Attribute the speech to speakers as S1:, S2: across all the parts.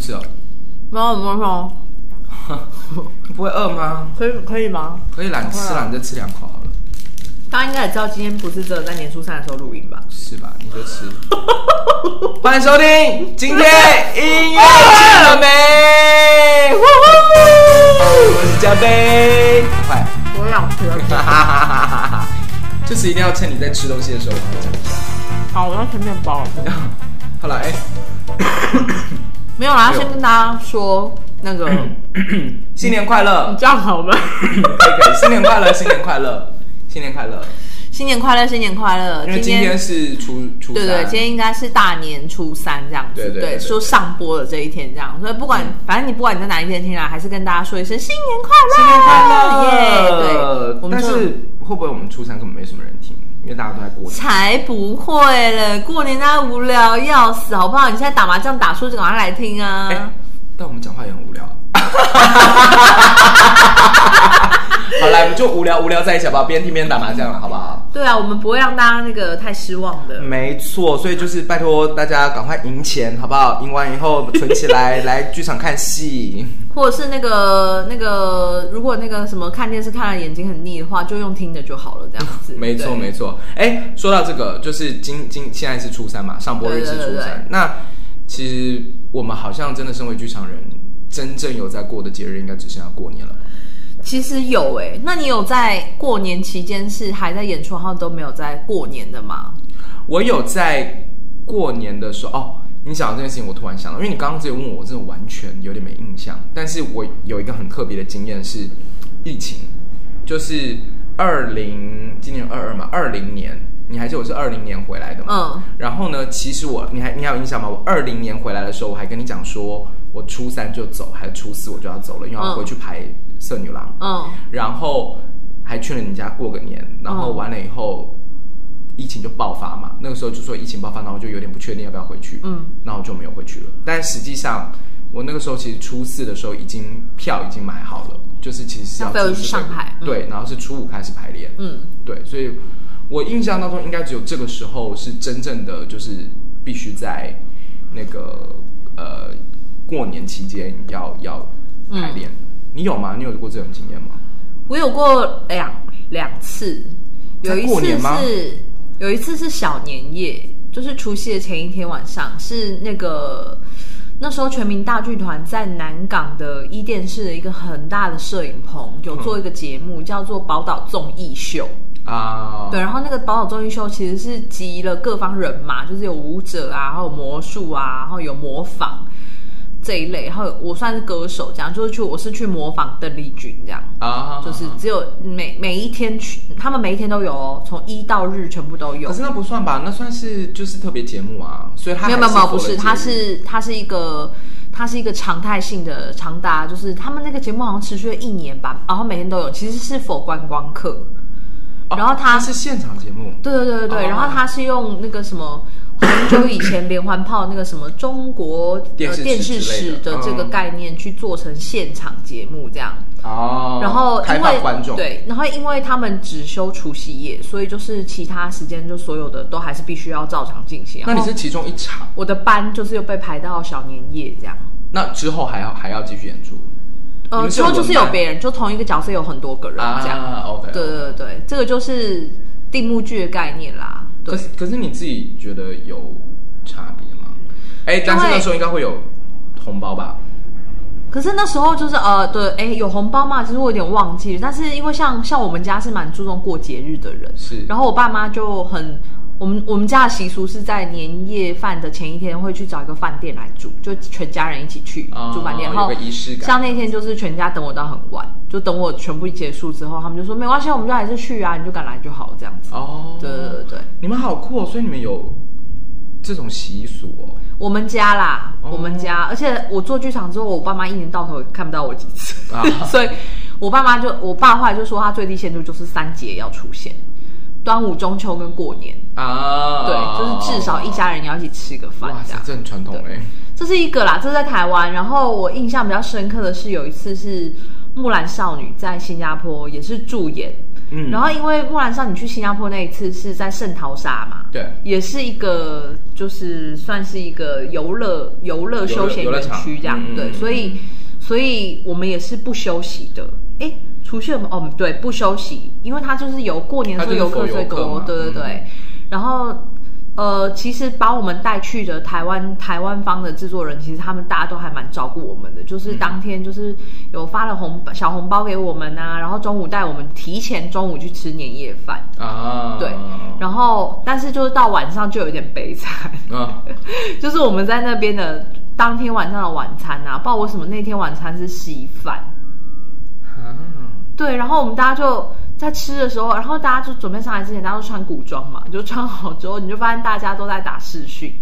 S1: 吃哦？
S2: 然后摸摸，
S1: 不会饿吗？
S2: 可以可以吗？
S1: 可以懒吃啦，你再吃两口好啊了，
S2: 大家应该也知道，今天不是只有在年初三的时候录音吧？
S1: 是吧？你就吃。欢迎收听今天音乐剧了没？呼呼我是加菲，快！
S2: 我想吃了。
S1: 哈哈哈哈哈哈！ 就是一定要趁你在吃东西的时候，我讲一下。
S2: 好，我要吃面包。
S1: 好了，哎、
S2: 没有啦，先跟大家说那 个，
S1: 新年快 乐！
S2: 这样好吗？
S1: 可以可以，新年快乐，新年快乐，新年快乐！
S2: 新年快乐，新年快乐！
S1: 因为今天是初初
S2: 对对，
S1: 三
S2: 今天应该是大年初三这样子，
S1: 对对对对
S2: 说上播的这一天这样，所以不管、反正你不管你在哪一天听啊，还是跟大家说一声新年快乐，
S1: 新年快乐！
S2: 耶！对，我们
S1: 但
S2: 就是
S1: 会不会我们初三根本没什么人听？因为大家都在过年。
S2: 才不会嘞，过年大家无聊要死，好不好？你现在打麻将打输就赶快来听啊！
S1: 哎、但我们讲话也很无聊。好来，我们就无聊无聊在一起好不好？边听边打麻将了，好不好？
S2: 对啊，我们不会让大家那个太失望的。
S1: 没错，所以就是拜托大家赶快赢钱，好不好？赢完以后存起来，来剧场看戏。
S2: 或者是那个那个，如果那个什么看电视看了眼睛很腻的话，就用听的就好了，这样子。
S1: 没错，
S2: 对
S1: 没错。哎，说到这个，就是今今现在是初三嘛，上播日是初三。
S2: 对对对对
S1: 那其实我们好像真的身为剧场人，真正有在过的节日，应该只剩下过年了吧？
S2: 其实有诶、那你有在过年期间是还在演出，然后都没有在过年的吗？
S1: 我有在过年的时候，哦，你讲到这件事情，我突然想到，因为你刚刚直接问我，我真的完全有点没印象。但是我有一个很特别的经验是，疫情，就是二零今年二二嘛，二零年，你还记得我是二零年回来的吗？
S2: 嗯，
S1: 然后呢，其实我你还你还有印象吗？我二零年回来的时候，我还跟你讲说，我初三就走，还是初四我就要走了，因为我要
S2: 嗯
S1: 回去排色女郎。
S2: 嗯，
S1: 然后还去了你家过个年，然后完了以后，疫情就爆发嘛。那个时候就说疫情爆发，然后我就有点不确定要不要回去，
S2: 嗯，
S1: 然后就没有回去了。但实际上，我那个时候其实初四的时候已经票已经买好了，就是其实是要
S2: 要飞回
S1: 初四
S2: 去上海嗯
S1: 对，然后是初五开始排练，
S2: 嗯，
S1: 对，所以我印象当中应该只有这个时候是真正的就是必须在那个呃过年期间要要排
S2: 嗯
S1: 练。你有吗？你有过这种经验吗？
S2: 我有过两两次，有一
S1: 在过
S2: 次
S1: 年吗
S2: 是有一次是小年夜，就是除夕的前一天晚上，是那个那时候全民大剧团在南港的伊甸市的一个很大的摄影棚有做一个节目，
S1: 嗯
S2: 叫做宝岛综艺秀。
S1: 啊，
S2: 对，然后那个宝岛综艺秀其实是集了各方人马，就是有舞者啊，然后有魔术啊，然后有模仿这一类，然后我算是歌手这样，就是去我是去模仿邓丽君这样，
S1: 啊，
S2: 就是只有每每一天去，他们每一天都有哦，从一到日全部都有
S1: 可。是那不算吧？那算是就是特别节目啊，所以他
S2: 没有没有没有，不是，它
S1: 他
S2: 是它是一个它是一个常态性的长达，就是他们那个节目好像持续了一年吧，然后每天都有，其实是否观光客，然后它
S1: 哦他是现场节目
S2: 对对对对对，
S1: 哦
S2: 然后他是用那个什么很久以前连环炮那个什么中国
S1: 电视史
S2: 呃电视
S1: 之类
S2: 史
S1: 的
S2: 的这个
S1: 嗯
S2: 概念去做成现场节目这样，
S1: 哦，
S2: 然后
S1: 开
S2: 因为
S1: 放观众，
S2: 对，然后因为他们只休除夕夜，所以就是其他时间就所有的都还是必须要照常进行。
S1: 那
S2: 然
S1: 你
S2: 后
S1: 是其中一场，
S2: 我的班就是又被排到小年夜这样，
S1: 那之后还要还要继续演出你
S2: 呃，
S1: 们是
S2: 之
S1: 有
S2: 后就是
S1: 轮
S2: 有
S1: 班
S2: 别人，就同一个角色有很多个人这样，
S1: 啊？OK，
S2: 对对对，这个就是定目剧的概念啦。对
S1: 可，是可是你自己觉得有差别吗？哎，但是那时候应该会有红包吧？
S2: 可是那时候就是呃，对，哎，有红包嘛？其实我有点忘记了，但是因为像像我们家是蛮注重过节日的人，
S1: 是
S2: 然后我爸妈就很，我们我们家的习俗是在年夜饭的前一天会去找一个饭店来住，就全家人一起去
S1: 哦
S2: 住饭店，然
S1: 有个
S2: 后
S1: 仪式感
S2: 像那天就是全家等我到很晚，就等我全部结束之后，他们就说没关系，我们就还是去啊，你就敢来就好了，这样子。
S1: 哦，
S2: 对对对对，
S1: 你们好酷哦！所以你们有这种习俗哦。
S2: 我们家啦，
S1: 哦
S2: 我们家，而且我做剧场之后，我爸妈一年到头也看不到我几次，
S1: 啊
S2: 所以我爸妈就我爸后来就说他最低限度就是三节要出现，端午、中秋跟过年，
S1: 啊，
S2: 对，就是至少一家人要一起吃个饭
S1: 哇
S2: 这
S1: 塞
S2: 样，。
S1: 这很传统哎、
S2: 这是一个啦，这是在台湾。然后我印象比较深刻的是有一次是木兰少女在新加坡也是助演，
S1: 嗯
S2: 然后因为木兰上你去新加坡那一次是在圣淘沙嘛，
S1: 对
S2: 也是一个就是算是一个游乐游乐休闲
S1: 游乐
S2: 园区这样，
S1: 游乐场嗯
S2: 对，
S1: 嗯
S2: 所以所以我们也是不休息的，诶，除夕我们哦对不休息，因为它就是有过年的时候
S1: 它就是 for
S2: 游客最
S1: 游客
S2: 多，
S1: 嘛
S2: 对对对，
S1: 嗯
S2: 然后。呃，其实把我们带去的台湾台湾方的制作人，其实他们大家都还蛮照顾我们的，就是当天就是有发了红小红包给我们啊，然后中午带我们提前中午去吃年夜饭，
S1: 啊，
S2: 对
S1: 然
S2: 然后，但是就是到晚上就有点悲惨，
S1: 后啊，
S2: 就是我们在那边的当天晚上的晚餐啊，不知道为什么那天晚餐是稀饭。
S1: 啊
S2: 对，然后我们大家就在吃的时候，然后大家就准备上来之前，大家都穿古装嘛，就穿好之后，你就发现大家都在打视讯，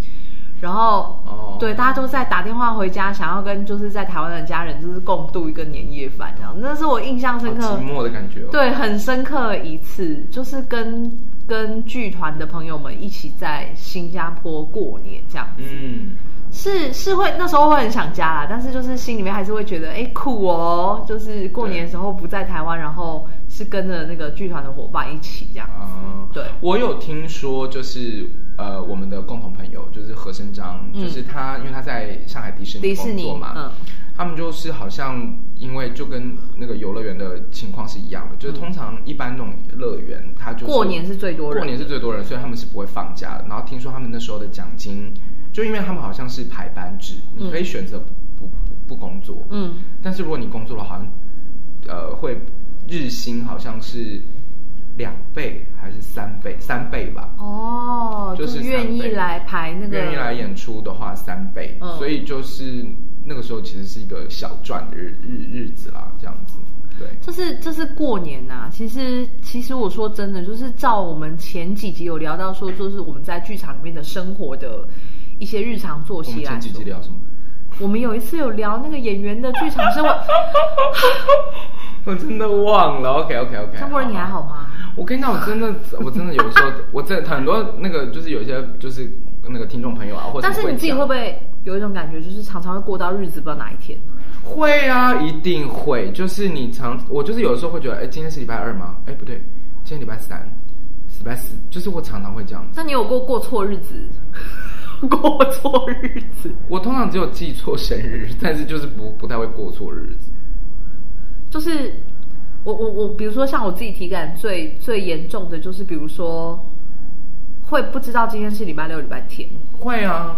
S2: 然后
S1: 哦，
S2: 对，大家都在打电话回家，想要跟就是在台湾的家人就是共度一个年夜饭，这样，那是我印象
S1: 好
S2: 深刻。
S1: 寂寞的感觉哦，
S2: 对，很深刻的一次，就是跟跟剧团的朋友们一起在新加坡过年，这样
S1: 嗯，
S2: 是是会那时候会很想家啦，但是就是心里面还是会觉得，哎，酷哦，就是过年的时候不在台湾，然后是跟着那个剧团的伙伴一起这样。
S1: 啊，
S2: 对
S1: 我有听说，就是呃，我们的共同朋友就是何生章，
S2: 嗯
S1: 就是他，因为他在上海迪士尼
S2: 迪士尼
S1: 工作嘛，
S2: 嗯
S1: 他们就是好像因为就跟那个游乐园的情况是一样的，就是通常一般那种乐园，它就是
S2: 嗯过年是最多人的
S1: 过年是最多人，所以他们是不会放假的。然后听说他们那时候的奖金，就因为他们好像是排班制，你可以选择不不不不工作，
S2: 嗯，
S1: 但是如果你工作了，好像呃会日薪好像是两倍还是三倍，三倍吧。
S2: 哦，
S1: 就是是
S2: 愿意
S1: 三倍
S2: 来排那个，
S1: 愿意来演出的话，三倍，
S2: 嗯
S1: 所以就是那个时候其实是一个小赚的日日日子啦，这样子，对，
S2: 这是这是过年呐、其实其实我说真的，就是照我们前几集有聊到说，就是我们在剧场里面的生活的一些日常作
S1: 我们
S2: 息
S1: 前
S2: 来
S1: 几
S2: 说
S1: 集，聊什么？
S2: 我们有一次有聊那个演员的剧场生活。
S1: 我真的忘了。OK OK OK。
S2: 张博仁，你还好？吗？
S1: 我跟你讲，我真的，我真的有时候，我真的很多那个，就是有一些就是那个听众朋友啊，或者
S2: 但是你自己
S1: 讲
S2: 会不会有一种感觉，就是常常会过到日子不知道哪一天？
S1: 会啊，一定会。就是你常，我就是有的时候会觉得，哎，今天是礼拜二吗？哎，不对，今天礼拜三，礼拜四，就是我常常会这样子。
S2: 那你有过过错日子？过错日子，
S1: 我通常只有记错生日，但是就是不不太会过错日子。
S2: 就是我我我，比如说像我自己体感最最严重的就是，比如说会不知道今天是礼拜六、礼拜天。
S1: 会啊，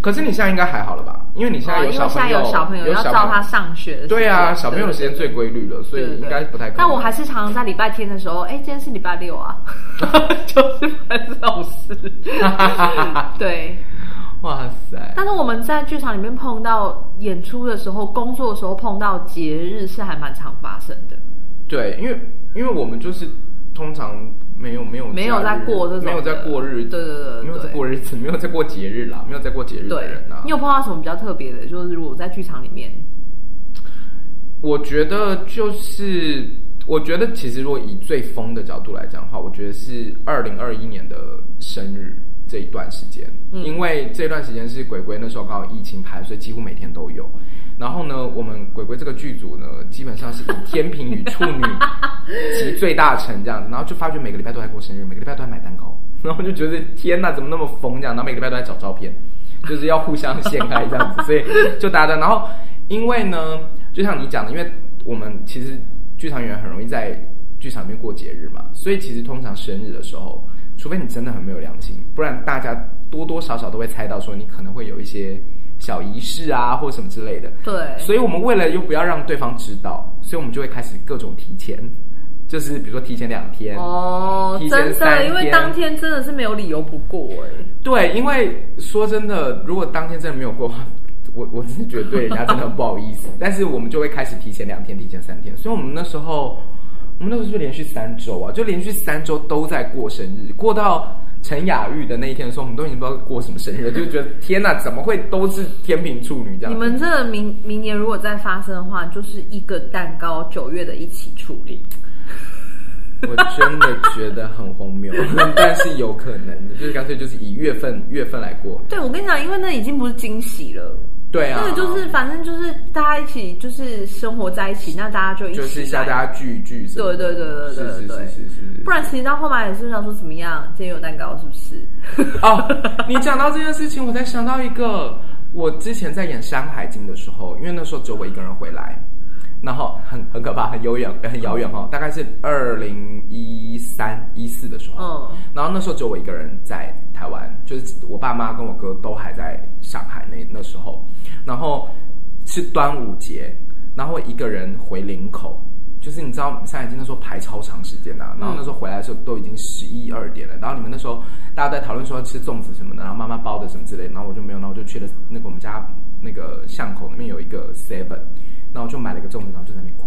S1: 可是你现在应该还好了吧？因为你现在
S2: 哦
S1: 有
S2: 因
S1: 小
S2: 为现
S1: 朋
S2: 在
S1: 友，
S2: 有小朋友
S1: 有
S2: 要
S1: 小
S2: 照
S1: 朋友
S2: 他上学的时间，
S1: 对啊，小朋友的时间
S2: 对
S1: 最规律了，所以
S2: 对对
S1: 应该不太可能。
S2: 但我还是常常在礼拜天的时候，哎，今天是礼拜 六啊，就是发生这种事。对，
S1: 哇塞，
S2: 但是我们在剧场里面碰到演出的时候，工作的时候碰到节日是还蛮常发生的。
S1: 对，因为因为我们就是通常没有没有
S2: 没有
S1: 假
S2: 在
S1: 日
S2: 过这种
S1: 没有在
S2: 的
S1: 过日子，
S2: 对对对对
S1: 没有在过日子，没有在过节日啦，没有在过节日的
S2: 对
S1: 人啊啦，
S2: 你。有碰到什么比较特别的？就是如果在剧场里面，
S1: 我觉得就是，我觉得其实如果以最疯的角度来讲的话，我觉得是二零二一年的生日这一段时间，因为这段时间是鬼鬼那时候刚好疫情拍，所以几乎每天都有。然后呢，我们鬼鬼这个剧组呢，基本上是以天平与处女集最大成这样子，然后就发觉每个礼拜都在过生日，每个礼拜都在买蛋糕，然后就觉得天呐，怎么那么疯这样？然后每个礼拜都在找照片，就是要互 相陷害这样子，所以就大家都。然后因为呢，就像你讲的，因为我们其实剧场演员很容易在剧场里面过节日嘛，所以其实通常生日的时候，除非你真的很没有良心，不然大家多多少少都会猜到说你可能会有一些小仪式啊或什么之类的。
S2: 对，
S1: 所以我们为了又不要让对方知道，所以我们就会开始各种提前，就是比如说提前两天。
S2: 哦，
S1: 提前
S2: 真
S1: 三
S2: 的，因为
S1: 天
S2: 当天真的是没有理由不过哎、
S1: 对，因为说真的，如果当天真的没有过的话，我我真的觉得对人家真的很不好意思。但是我们就会开始提前两天，提前三天，所以我们那时候，我们那时候就连续三周啊，就连续三周都在过生日，过到。陈雅玉的那一天的时候，我们都已经不知道过什么生日了，就觉得天哪，怎么会都是天秤处女这样？
S2: 你们这明明年如果再发生的话，就是一个蛋糕九月的一起处理。
S1: 我真的觉得很荒 谬，但是有可能，就是干脆就是以月份月份来过。
S2: 对，我跟你讲，因为那已经不是惊喜了，
S1: 对啊，
S2: 那个就是反正就是大家一起就是生活在一起，那大家就一起
S1: 就是一下
S2: 来
S1: 大家聚一聚什么的，
S2: 对对对对对对
S1: 是是是是是。
S2: 不然其实到后来也是想说怎么样，今天有蛋糕是不是？
S1: 哦，你讲到这件事情，我才想到一个，我之前在演《山海经》的时候，因为那时候只有我一个人回来，然后很很可怕，很遥远，很遥远哈，大概是二零一三一四的时候，
S2: 嗯，
S1: 然后那时候只有我一个人在台湾，就是我爸妈跟我哥都还在上海那那时候，然后是端午节，然后我一个人回林口，就是你知道上海经那时候排超长时间的啊、然后那时候回来的时候都已经十一二点了，然后你们那时候大家在讨论说要吃粽子什么的，然后妈妈包的什么之类的，然后我就没有，然后我就去了那个我们家那个巷口那边有一个 Seven，然后我就买了一个粽子，然后就在那边哭。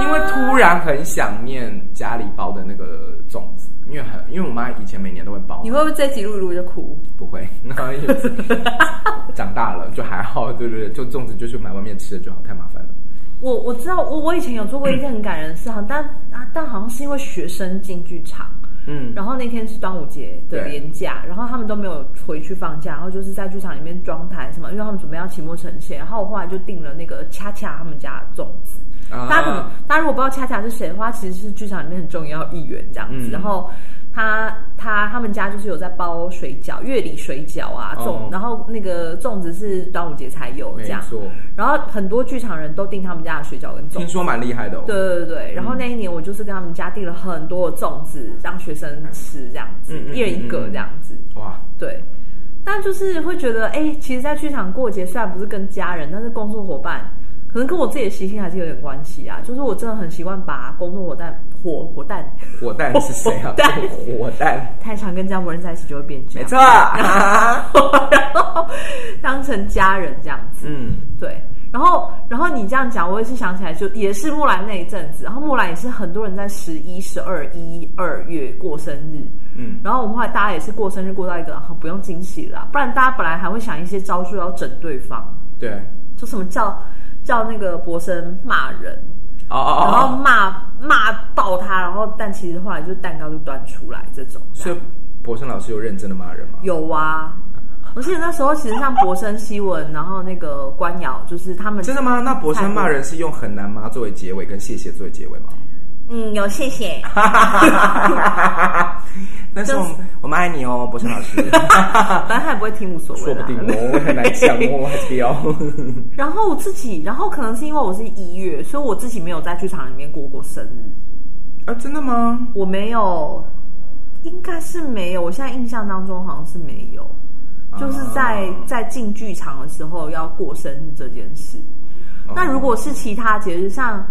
S1: 因为突然很想念家里包的那个粽子，因为很，因为我妈以前每年都会包
S2: 你，会不会在几录一录就哭？
S1: 不会，然后有一次长大了就还好，对对对，就粽子就去买外面吃的就好，太麻烦了。
S2: 我我知道，我我以前有做过一件很感人的事，好像但啊，但好像是因为学生进剧场，
S1: 嗯，
S2: 然后那天是端午节的连假，然后他们都没有回去放假，然后就是在剧场里面装台什么，因为他们准备要期末呈现，然后我后来就订了那个恰恰他们家的粽子。
S1: 啊
S2: 大家可能大家如果不知道恰恰是谁的话，其实是剧场里面很重要的一员这样子。
S1: 嗯
S2: 然后他他他们家就是有在包水饺、月里水饺啊粽，
S1: 哦
S2: 然后那个粽子是端午节才有这
S1: 没
S2: 样。
S1: 错，
S2: 然后很多剧场人都订他们家的水饺跟粽
S1: 听
S2: 子。
S1: 说蛮厉害的哦。
S2: 对对对对，然后那一年我就是跟他们家订了很多的粽子让学生吃，这样子，
S1: 嗯嗯嗯嗯
S2: 一人一个这样子。
S1: 哇，
S2: 对，但就是会觉得，哎、其实，在剧场过节虽然不是跟家人，但是工作伙伴，可能跟我自己的习性还是有点关系啊。就是我真的很习惯把工作伙伴火火蛋
S1: 火蛋是谁啊
S2: 火蛋？
S1: 火蛋，
S2: 太常跟家人在一起就会变这
S1: 没
S2: 样，
S1: 错。
S2: 然后当成家人这样子。
S1: 嗯，
S2: 对，然后然后你这样讲，我也是想起来就，也是木兰那一阵子，然后木兰也是很多人在十一、十二、一二月过生日，
S1: 嗯，
S2: 然后我们后来大家也是过生日过到一个很不用惊喜啦，不然大家本来还会想一些招数要整对方，
S1: 对，
S2: 就什么叫叫那个博生骂人，
S1: 哦哦
S2: 然后
S1: 哦，
S2: 骂骂爆他，然后但其实后来就蛋糕就端出来这种，
S1: 所以博生老师有认真的骂人吗？
S2: 有啊。我记得那时候，其实像博生、西文，然后那个官瑶，就是他们
S1: 真的吗？那博生骂人是用很难吗作为结尾，跟谢谢作为结尾吗？
S2: 嗯，有谢谢。
S1: 但是我们我们爱你哦，博生老 师。
S2: 反正他也不会听，无所谓
S1: 说
S2: 啦。
S1: 不定哦，我很难讲哦，我还是不要。
S2: 然后我自己，然后可能是因为我是一月，所以我自己没有在剧场里面过过生日，
S1: 啊，真的吗？
S2: 我没有，应该是没有。我现在印象当中好像是没有，就是在
S1: 啊
S2: 在进剧场的时候要过生日这件事。
S1: 哦
S2: 那如果是其他节日，像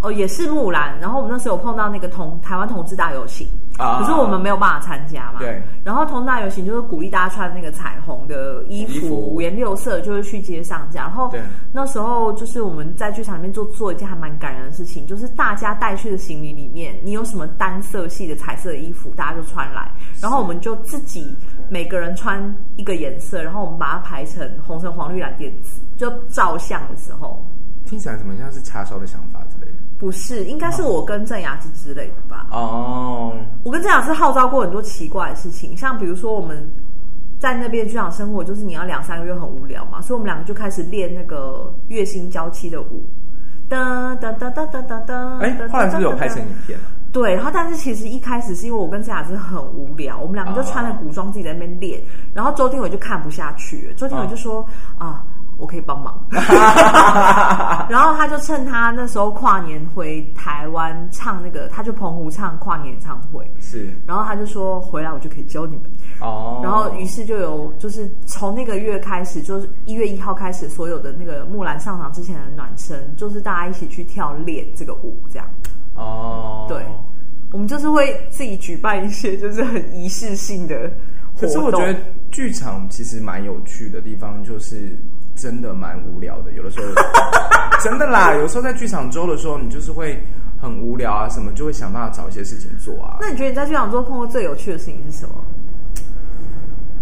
S2: 哦也是木兰，然后我们那时候有碰到那个同台湾同志大游行，
S1: 啊
S2: 可是我们没有办法参加嘛。
S1: 对。
S2: 然后同志大游行就是鼓励大家穿那个彩虹的衣服，
S1: 衣服
S2: 五颜六色，就是去街上这样。然后
S1: 对
S2: 那时候就是我们在剧场里面做做一件还蛮感人的事情，就是大家带去的行李里面，你有什么单色系的彩色衣服，大家就穿来，然后我们就自己每个人穿一个颜色，然后我们把它排成红橙黄绿蓝靛紫，就照相的时候。
S1: 听起来怎么像是叉烧的想法之类的？
S2: 不是，应该是我跟郑雅芝之类的吧。
S1: 哦，
S2: 我跟郑老师号召过很多奇怪的事情，像比如说我们在那边剧场生活，就是你要两三个月很无聊嘛，所以我们两个就开始练那个月薪娇妻的舞。哒哒哒哒哒哒哒。
S1: 哎，后来是不是有拍成影片啊？
S2: 对，然后但是其实一开始是因为我跟郑雅芝很无聊，我们两个就穿了古装自己在那边练，然后周定伟就看不下去了，周定伟就说啊。我可以 帮忙，然后他就趁他那时候跨年回台湾唱那个，他就澎湖唱跨年演唱会，
S1: 是
S2: 然后他就说回来我就可以教你们，
S1: 哦，
S2: 然后于是就有就是从那个月开始，就是一月一号开始，所有的那个木兰上场之前的暖身，就是大家一起去跳练这个舞，这样。
S1: 哦，
S2: 对，我们就是会自己举办一些就是很仪式性的活
S1: 可
S2: 动。
S1: 是我觉得剧场其实蛮有趣的地方，就是真的蛮无聊的。有的时候， 真的啦，有时候在剧场周的时候，你就是会很无聊啊，什么就会想办法找一些事情做啊。
S2: 那你觉得你在剧场做碰过最有趣的事情是什么？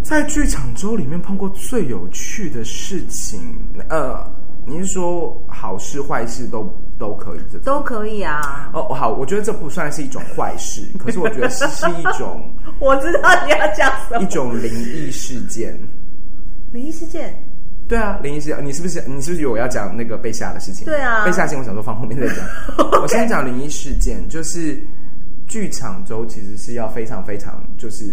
S1: 在剧场周里面碰过最有趣的事情，呃，您说好事坏事都都可以这种。
S2: 都可以啊，
S1: 哦，好，我觉得这不算是一种坏事，可是我觉得是一种
S2: 我知道你要讲什
S1: 一
S2: 么。
S1: 种灵异事件。
S2: 灵异事件，
S1: 对啊，林医师，你是不是你是不是以为我要讲那个被吓的事情？
S2: 对啊
S1: 被吓的事情我想说放后面 再讲。我先讲灵异事件，就是剧场周其实是要非常非常就是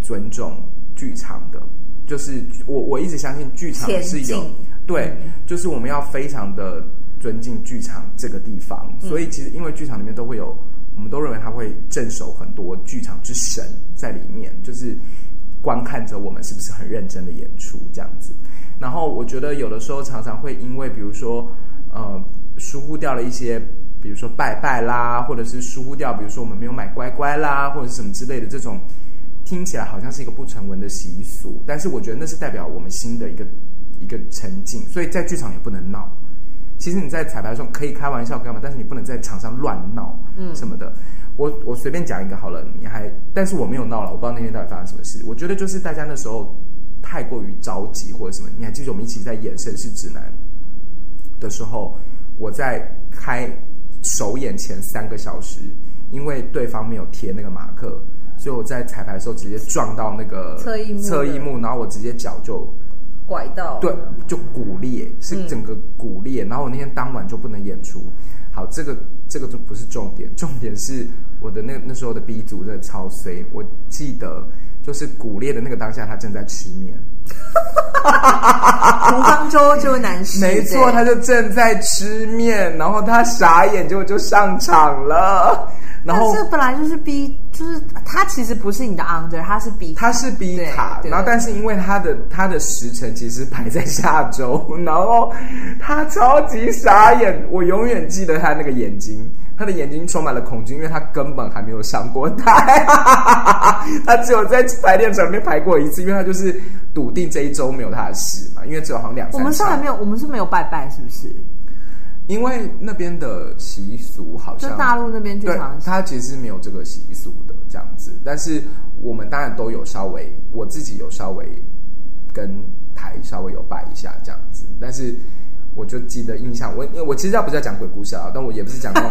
S1: 尊重剧场的，就是我我一直相信剧场
S2: 前
S1: 是有
S2: 进
S1: 对，就是我们要非常的尊敬剧场这个地方，
S2: 嗯
S1: 所以其实因为剧场里面都会有，我们都认为它会镇守很多剧场之神在里面，就是观看着我们是不是很认真的演出这样子。然后我觉得有的时候常常会因为比如说呃疏忽掉了一些。比如说拜拜啦，或者是疏忽掉，比如说我们没有买乖乖啦，或者是什么之类的这种听起来好像是一个不成文的习俗，但是我觉得那是代表我们新的一个一个沉浸，所以在剧场也不能闹。其实你在彩排上可以开玩笑干嘛，但是你不能在场上乱闹，嗯，什么的。我我随便讲一个好了，你还，但是我没有闹了，我不知道那天到底发生什么事。我觉得就是大家那时候太过于着急或者什么，你还记得我们一起在演《绅士指南》的时候，我在开首演前三个小时，因为对方没有贴那个马克，所以我在彩排的时候直接撞到那个
S2: 侧翼幕的
S1: 侧翼幕，然后我直接脚就
S2: 拐到
S1: 对，就骨裂，
S2: 嗯
S1: 是整个骨裂。然后我那天当晚就不能演出。好，这个这个就不是重点，重点是我的那那时候的 B 组真的超衰。我记得就是骨裂的那个当下，他正在吃面，
S2: 吴方舟就难 事，
S1: 没错，
S2: 对
S1: 他就正在吃面，然后他傻眼，结果就上场了。然后
S2: 但是本来就是 B，就是他其实不是你的 under，他是 B，
S1: 他是 B 卡，
S2: 对对
S1: 然后但是因为他的他的时辰其实排在下周， 然后他超级傻眼，我永远记得他那个眼睛，他的眼睛充满了恐惧，因为他根本还没有上过台， 他只有在排练场里面排过一次，因为他就是笃定这一周没有他的事嘛，因为只有好像两
S2: 我
S1: 三
S2: 们是还
S1: 场
S2: 没有，我们是没有拜拜，是不是？
S1: 因为那边的习俗好
S2: 就
S1: 像
S2: 大陆那边剧
S1: 对
S2: 场，
S1: 它其实是没有这个习俗的这样子，但是我们当然都有稍微，我自己有稍微跟台稍微有拜一下这样子，但是我就记得印象，我因为我其实要不是要讲鬼故事啊，但我也不是讲那种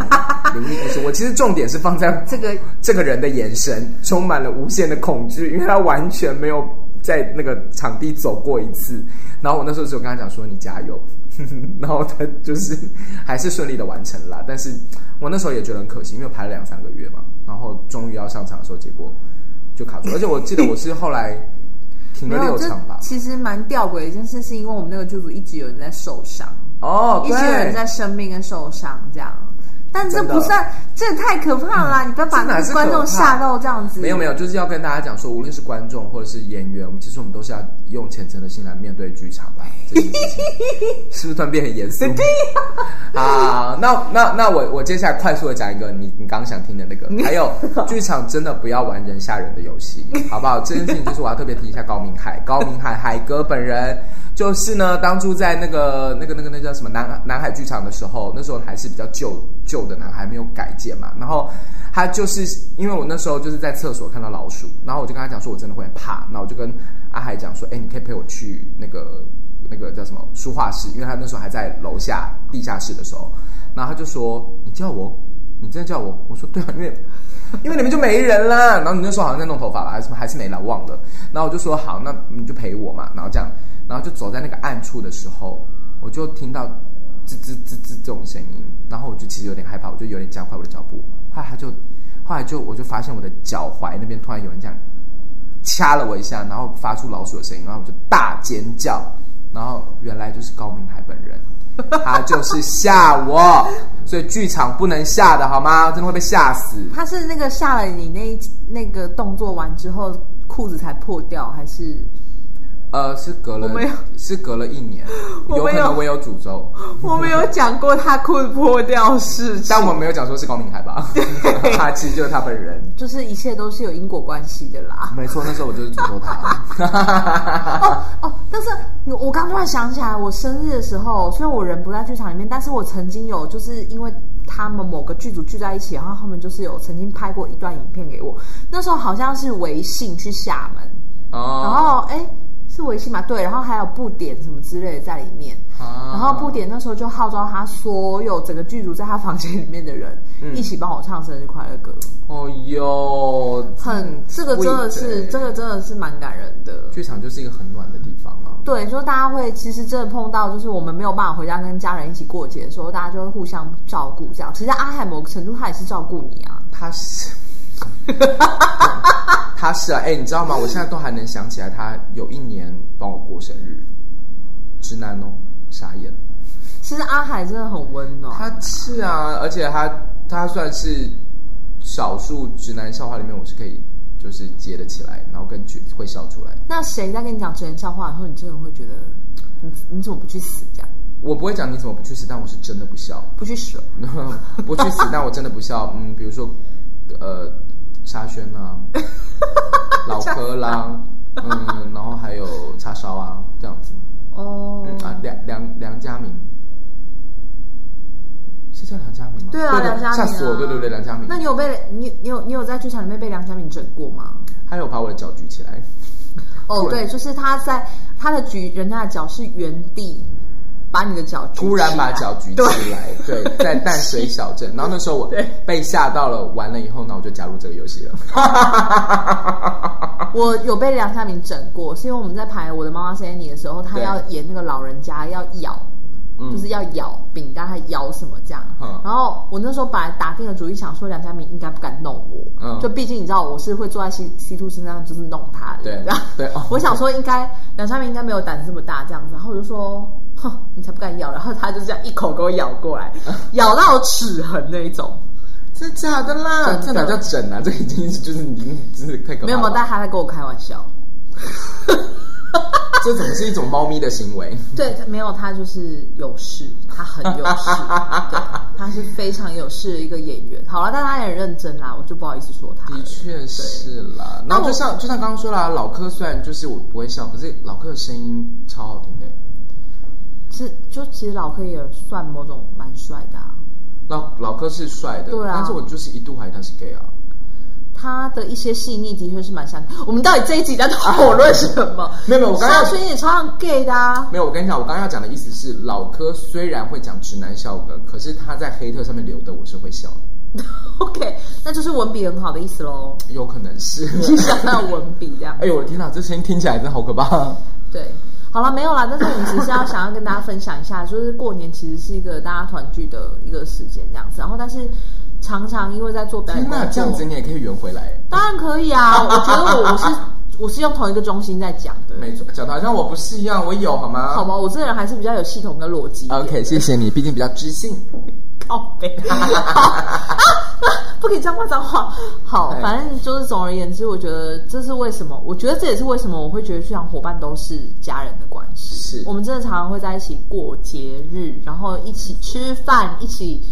S1: 灵异故事，我其实重点是放在
S2: 这个
S1: 这个人的眼神充满了无限的恐惧，因为他完全没有在那个场地走过一次。然后我那时候只有跟他讲说：“你加油。” 然后他就是还是顺利的完成了。但是我那时候也觉得很可惜，因为排了两三个月嘛，然后终于要上场的时候，结果就卡住。而且我记得我是后来停
S2: 没
S1: 了
S2: 有
S1: 六
S2: 这
S1: 场吧。
S2: 其实蛮吊诡的一件事，是因为我们那个剧组一直有人在受伤，
S1: 哦，
S2: 一
S1: 对
S2: 直有人在生病跟受伤这样。但这
S1: 真的
S2: 不算，这也太可怕了啦！你不要把
S1: 这哪是
S2: 观
S1: 可
S2: 众
S1: 怕
S2: 吓到这样子。
S1: 没有没有，就是要跟大家讲说，无论是观众或者是演员，我们其实我们都是要用虔诚的心来面对剧场吧。这件事 情是不是突然变很严肃？好，啊那那那我我接下来快速的讲一个你你刚刚想听的那个，还有剧场真的不要玩人吓人的游戏，好不好？这件事情就是我要特别提一下高明海，高明海海哥本人就是呢，当初在那个那个那个那叫什么南南海剧场的时候，那时候还是比较旧旧的南海，没有改建嘛，然后。他就是因为我那时候就是在厕所看到老鼠，然后我就跟他讲说，我真的会怕。然后我就跟阿海讲说，哎、你可以陪我去那个那个叫什么书画室，因为他那时候还在楼下地下室的时候，然后他就说：“你叫我，你真的叫我？”我说：“对啊，因为 因为你们就没人啦。”然后你那时候好像在弄头发吧，还是什么还是没来忘了。然后我就说：“好，那你就陪我嘛。”然后这样，然后就走在那个暗处的时候，我就听到吱吱吱吱这种声音，然后我就其实有点害怕，我就有点加快我的脚步。后来他就后来就我就发现我的脚踝那边突然有人这样掐了我一下，然后发出老鼠的声音，然后我就大尖叫，然后原来就是高明海本 人，他就是吓我，所以剧场不能吓的好吗？真的会被吓死。
S2: 他是那个吓了你那一那个动作完之后，裤子才破掉，还是
S1: 呃，是隔了
S2: 我没有
S1: 是隔了一年，
S2: 我
S1: 有可
S2: 没有
S1: 能我有诅咒，
S2: 我没有讲过他裤子破掉的事情
S1: 但我没有讲说是高明海吧，他其实就是他本人。
S2: 就是一切都是有因果关系的啦。
S1: 没错，那时候我就是诅咒他。
S2: 哦哦，但是我我刚突然想起来，我生日的时候，虽然我人不在剧场里面，但是我曾经有就是因为他们某个剧组聚在一起，然后他们就是有曾经拍过一段影片给我。那时候好像是微信去厦门，
S1: 哦，
S2: 然后哎是微信嘛？对，然后还有布点什么之类的在里面。
S1: 啊
S2: 然后布点那时候就号召他所有整个剧组在他房间里面的人、一起帮我唱生日快乐歌，
S1: 哦哟，
S2: 很这个真的是这个真的是蛮感人的。
S1: 剧场就是一个很暖的地方啊。
S2: 对，就大家会其实真的碰到，就是我们没有办法回家跟家人一起过节的时候，大家就会互相照顾这样。其实阿海某个程度他也是照顾你啊，
S1: 他是，他是啊，哎、你知道吗？我现在都还能想起来，他有一年帮我过生日，直男哦，傻眼。
S2: 其实阿海真的很温暖。
S1: 他是啊，而且他他算是少数直男笑话里面，我是可以就是接得起来，然后跟觉会笑出来。
S2: 那谁在跟你讲真人笑话的时候，你真的会觉得你你怎么不去死这样，
S1: 我不会讲你怎么不去死，但我是真的不笑，
S2: 不去死？
S1: 不去死， 但我真的不笑。嗯，比如说呃，沙宣啦、 老柯啦，嗯，然后还有叉烧啊，这样子。
S2: 哦、
S1: 嗯啊，梁梁梁家明，是叫梁家明吗？
S2: 对啊，
S1: 对
S2: 梁家明、啊、
S1: 吓死我！对对对，梁家明。
S2: 那你有被你你有你有在剧场里面被梁家明整过吗？
S1: 他有把我的脚举起来。
S2: 哦，对，就是他在他的举人家的脚是原地把你的脚举起来
S1: 突然把脚举起来， 对，在淡水小镇。然后那时候我
S2: 对
S1: 被吓到了，完了以后呢，我就加入这个游戏了。
S2: 我有被梁家明整过，是因为我们在排《我的妈妈 s a n y 的时候，他
S1: 对
S2: 要演那个老人家要咬，
S1: 嗯
S2: 就是要咬饼干，还咬什么这样。
S1: 嗯
S2: 然后我那时候本来打定了主意，想说梁家明应该不敢弄我，
S1: 嗯
S2: 就毕竟你知道我是会坐在 C C two 身上就是弄他的，
S1: 对
S2: 这样
S1: 对哦
S2: 我想说应该梁家明应该没有胆子这么大这样子，然后我就说。哼，你才不敢咬！然后他就这样一口给我咬 过来，咬到有齿痕那一种。
S1: 真假的啦，这
S2: 真
S1: 哪
S2: 的
S1: 叫整啊？这已经是就是已经真是太可怕了。
S2: 没有没有，但他在跟我开 玩笑。
S1: 这怎么是一种猫咪的行为？
S2: 对，没有他就是有事，他很有事，对，他是非常有事的一个演员。好了，但他也很认真啦，我就不好意思说他了
S1: 的。确是啦。然后就像就像刚刚说啦，老柯虽然就是我不会笑，可是老柯的声音超好听的。
S2: 其实就其实老柯也算某种蛮帅的、啊，
S1: 老老柯是帅的，
S2: 对啊
S1: 但是我就是一度怀疑他是 gay 啊。
S2: 他的一些细腻的确是蛮像。我们到底这一集在讨论什么？
S1: 啊没有没有，我刚
S2: 沙
S1: 刚
S2: 宣也超像 gay 的啊。
S1: 没有，我跟你讲，我刚刚要讲的意思是，老柯虽然会讲直男笑梗，可是他在黑特上面留的，我是会笑的，
S2: OK，那就是文笔很好的意思 喽，
S1: 有可能是。
S2: 就想到文笔这样。
S1: 哎呦，我的天哪，这声音听起来真的好可怕。
S2: 对，好了，没有啦。但是我们只是要想要跟大家分享一下，就是过年其实是一个大家团聚的一个时间这样子。然后，但是常常因为在做表演
S1: 天哪，
S2: 工
S1: 这
S2: 作
S1: 样子你也可以圆回来。
S2: 当然可以啊。我觉得我我是我是用同一个中心在讲的，
S1: 没错，讲的好像我不是一样，我有好吗？
S2: 好吗？我这个人还是比较有系统跟逻辑一点。
S1: OK，谢谢你，毕竟比较知性。
S2: 靠背啊，不可以脏话脏话。好，
S1: 哎
S2: 反正就是总而言之，我觉得这是为什么，我觉得这也是为什么我会觉得剧场伙伴都是家人的关系。
S1: 是
S2: 我们真的常常会在一起过节日，然后一起吃饭，一起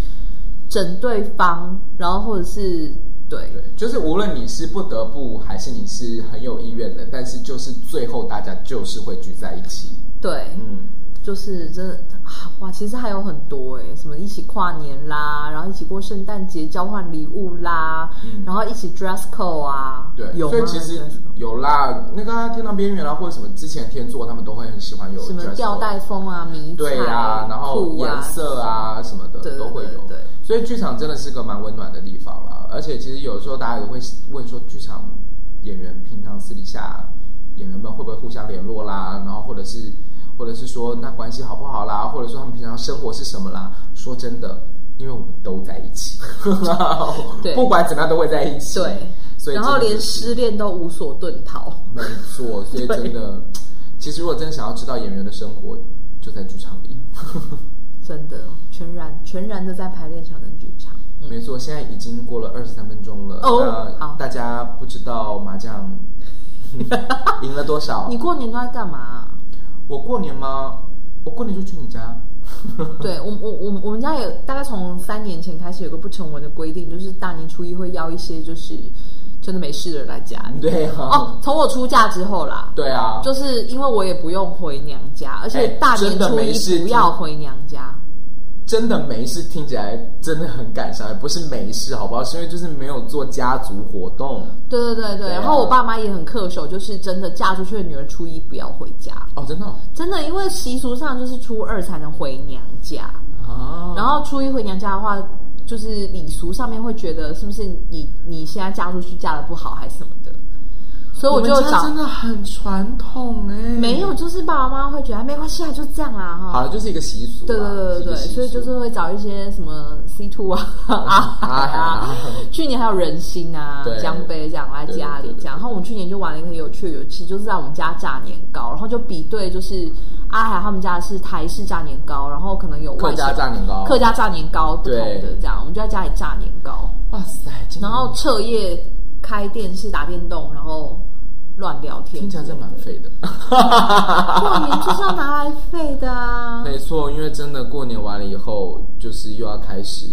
S2: 整对方，然后或者是对
S1: 对，就是无论你是不得不，还是你是很有意愿的，但是就是最后大家就是会聚在一起。
S2: 对，
S1: 嗯，
S2: 就是真的啊哇，其实还有很多哎、什么一起跨年啦，然后一起过圣诞节，交换礼物啦，
S1: 嗯
S2: 然后一起 dress code 啊，
S1: 对，
S2: 有
S1: 所以
S2: 吗
S1: 其实
S2: dress code？
S1: 有啦，那个、啊、天堂边缘啊，或者什么之前天作，他们都会很喜欢有
S2: 什么
S1: dress code
S2: 吊带风啊、迷彩
S1: 对啊，然后
S2: 裤
S1: 颜色啊什么的
S2: 对对
S1: 都会有。
S2: 对对
S1: 所以剧场真的是个蛮温暖的地方啦。而且其实有的时候大家也会问说，剧场演员平常私底下演员们会不会互相联络啦？然后或者是或者是说那关系好不好啦？或者说他们平常生活是什么啦？说真的，因为我们都在一起，
S2: 对
S1: 不管怎么样都会在一起。
S2: 对，
S1: 所以
S2: 然后
S1: 真的
S2: 连
S1: 就是
S2: 失恋都无所遁逃。
S1: 没错，所以真 的，其实如果真的想要知道演员的生活，就在剧场里。
S2: 真的，全然全然的在排练场跟剧场。嗯，
S1: 没错，现在已经过了二十三分钟了。
S2: 哦
S1: 那
S2: 好
S1: 大家不知道麻 将赢了多少
S2: 你？过年都在干嘛啊、
S1: 我过年吗？我过年就去你 家。
S2: 对我我我我们家也大概从三年前开始有个不成文的规定，就是大年初一会邀一些就是真的没事的人来家里。
S1: 对啊，
S2: 哦，从我出嫁之后啦，
S1: 对啊，
S2: 就是因为我也不用回娘家，而且
S1: 哎
S2: 大年
S1: 真的
S2: 初
S1: 没事
S2: 一不要回娘家。
S1: 真的没事，听起来真的很感伤，不是没事，好不好？是因为就是没有做家族活动。
S2: 对对对对，
S1: 对啊
S2: 然后我爸妈也很恪守，就是真的嫁出去的女儿初一不要回家，
S1: 哦，真的哦
S2: 真的，因为习俗上就是初二才能回娘家，
S1: 啊。
S2: 然后初一回娘家的话，就是礼俗上面会觉得是不是你你现在嫁出去嫁的不好还是什么的，所以我就
S1: 你们家
S2: 找
S1: 真的很传统哎、
S2: 没有，就是爸爸妈妈会觉得啊没关系啊，就这样啦哈。
S1: 好了，就是一个习俗啦，
S2: 对对
S1: 是
S2: 对对对，
S1: 一个习俗
S2: 所以就是会找一些什么 C two 啊啊
S1: 啊
S2: 啊，去年还有人心啊
S1: 对、
S2: 江杯这样来家里
S1: 对对对对
S2: 这样，然后我们去年就玩了一个很有趣的游戏，就是在我们家炸年糕，然后就比对就是阿海他们家是台式炸年糕，然后可能有
S1: 客
S2: 外省
S1: 家炸年糕，
S2: 客家炸年糕不同的
S1: 对
S2: 这样，我们就在家里炸年糕，
S1: 哇塞，真的
S2: 然后彻夜开电视打电动，然后乱聊天，
S1: 听起来真的蛮废的。
S2: 过年就是要拿来废的 啊，
S1: 没错，因为真的过年完了以后，就是又要开始，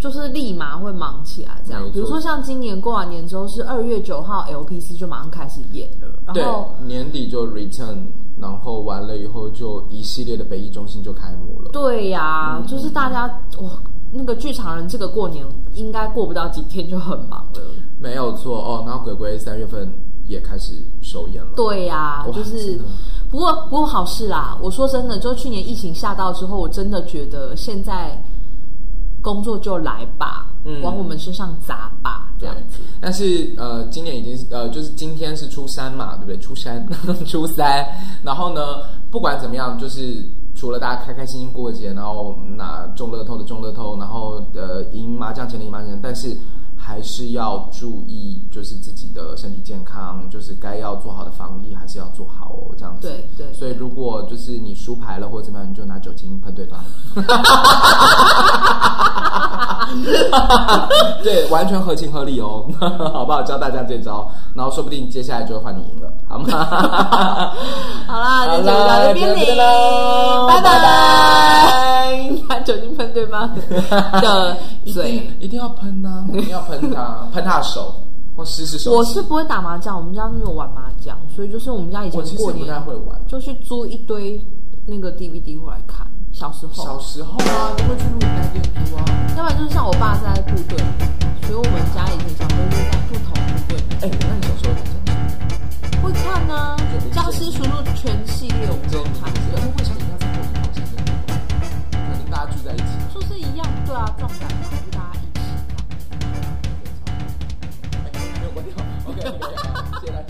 S2: 就是立马会忙起来这
S1: 没
S2: 样。
S1: 错
S2: 比如说像今年过完年之后是二月九号 LPC 就马上开始演了，
S1: 对
S2: 然后，
S1: 年底就 return，然后完了以后就一系列的北艺中心就开幕了。
S2: 对呀、就是大家哇，那个剧场人这个过年应该过不到几天就很忙了。
S1: 没有错哦，然后鬼鬼三月份也开始首演了。
S2: 对呀、
S1: 哇
S2: 就是
S1: 真的。
S2: 不过不过好事啦，我说真的，就去年疫情吓到之后，我真的觉得现在工作就来吧，
S1: 嗯
S2: 往我们身上砸吧，这
S1: 对
S2: 样子。，
S1: 但是呃，今年已经是呃，就是今天是初三嘛，对不对？初三，初三。然后呢，不管怎么样，就是除了大家开开心心过节，然后拿中乐透的中乐透，然后呃赢麻将钱的赢麻将钱，但是还是要注意，就是自己的身体健康，就是该要做好的防疫还是要做好哦，这样子。
S2: 对对
S1: 所以如果就是你输牌了或者怎么样，你就拿酒精喷对方。 对，完全合情合理哦， 好不好？教大家这招，然后说不定接下来就会换你赢了，好吗？
S2: 好啦，
S1: 好
S2: 那就
S1: 啦，
S2: 到这边
S1: 就这
S2: 零，
S1: 喽，
S2: 拜
S1: 拜拜。
S2: 拿 酒精喷对 方的
S1: 一
S2: 嘴。
S1: 定一定要喷呐、一定要喷 他，喷他的手或湿湿手指。
S2: 我是不会打麻将，我们家没有玩麻将，所以就是我们家以
S1: 我其
S2: 前过
S1: 实不太
S2: 年
S1: 会玩，
S2: 就去租一堆那个 DVD 回来看，小时候。
S1: 小时候啊会去录带电珠啊。
S2: 要不然就是像我爸是在部队，所以我们家以前长辈就是在不同部队
S1: 哎、那你小时候有讲什么？
S2: 会看呢、啊
S1: 对对对，
S2: 僵尸叔叔全系列我们都看
S1: 而
S2: 过，
S1: 且为什么要在过年好像可能大家聚在一起。
S2: 就是一样，对啊，壮胆嘛，就大家一起看。
S1: 哎没有关掉，OK，OK，好谢谢大家。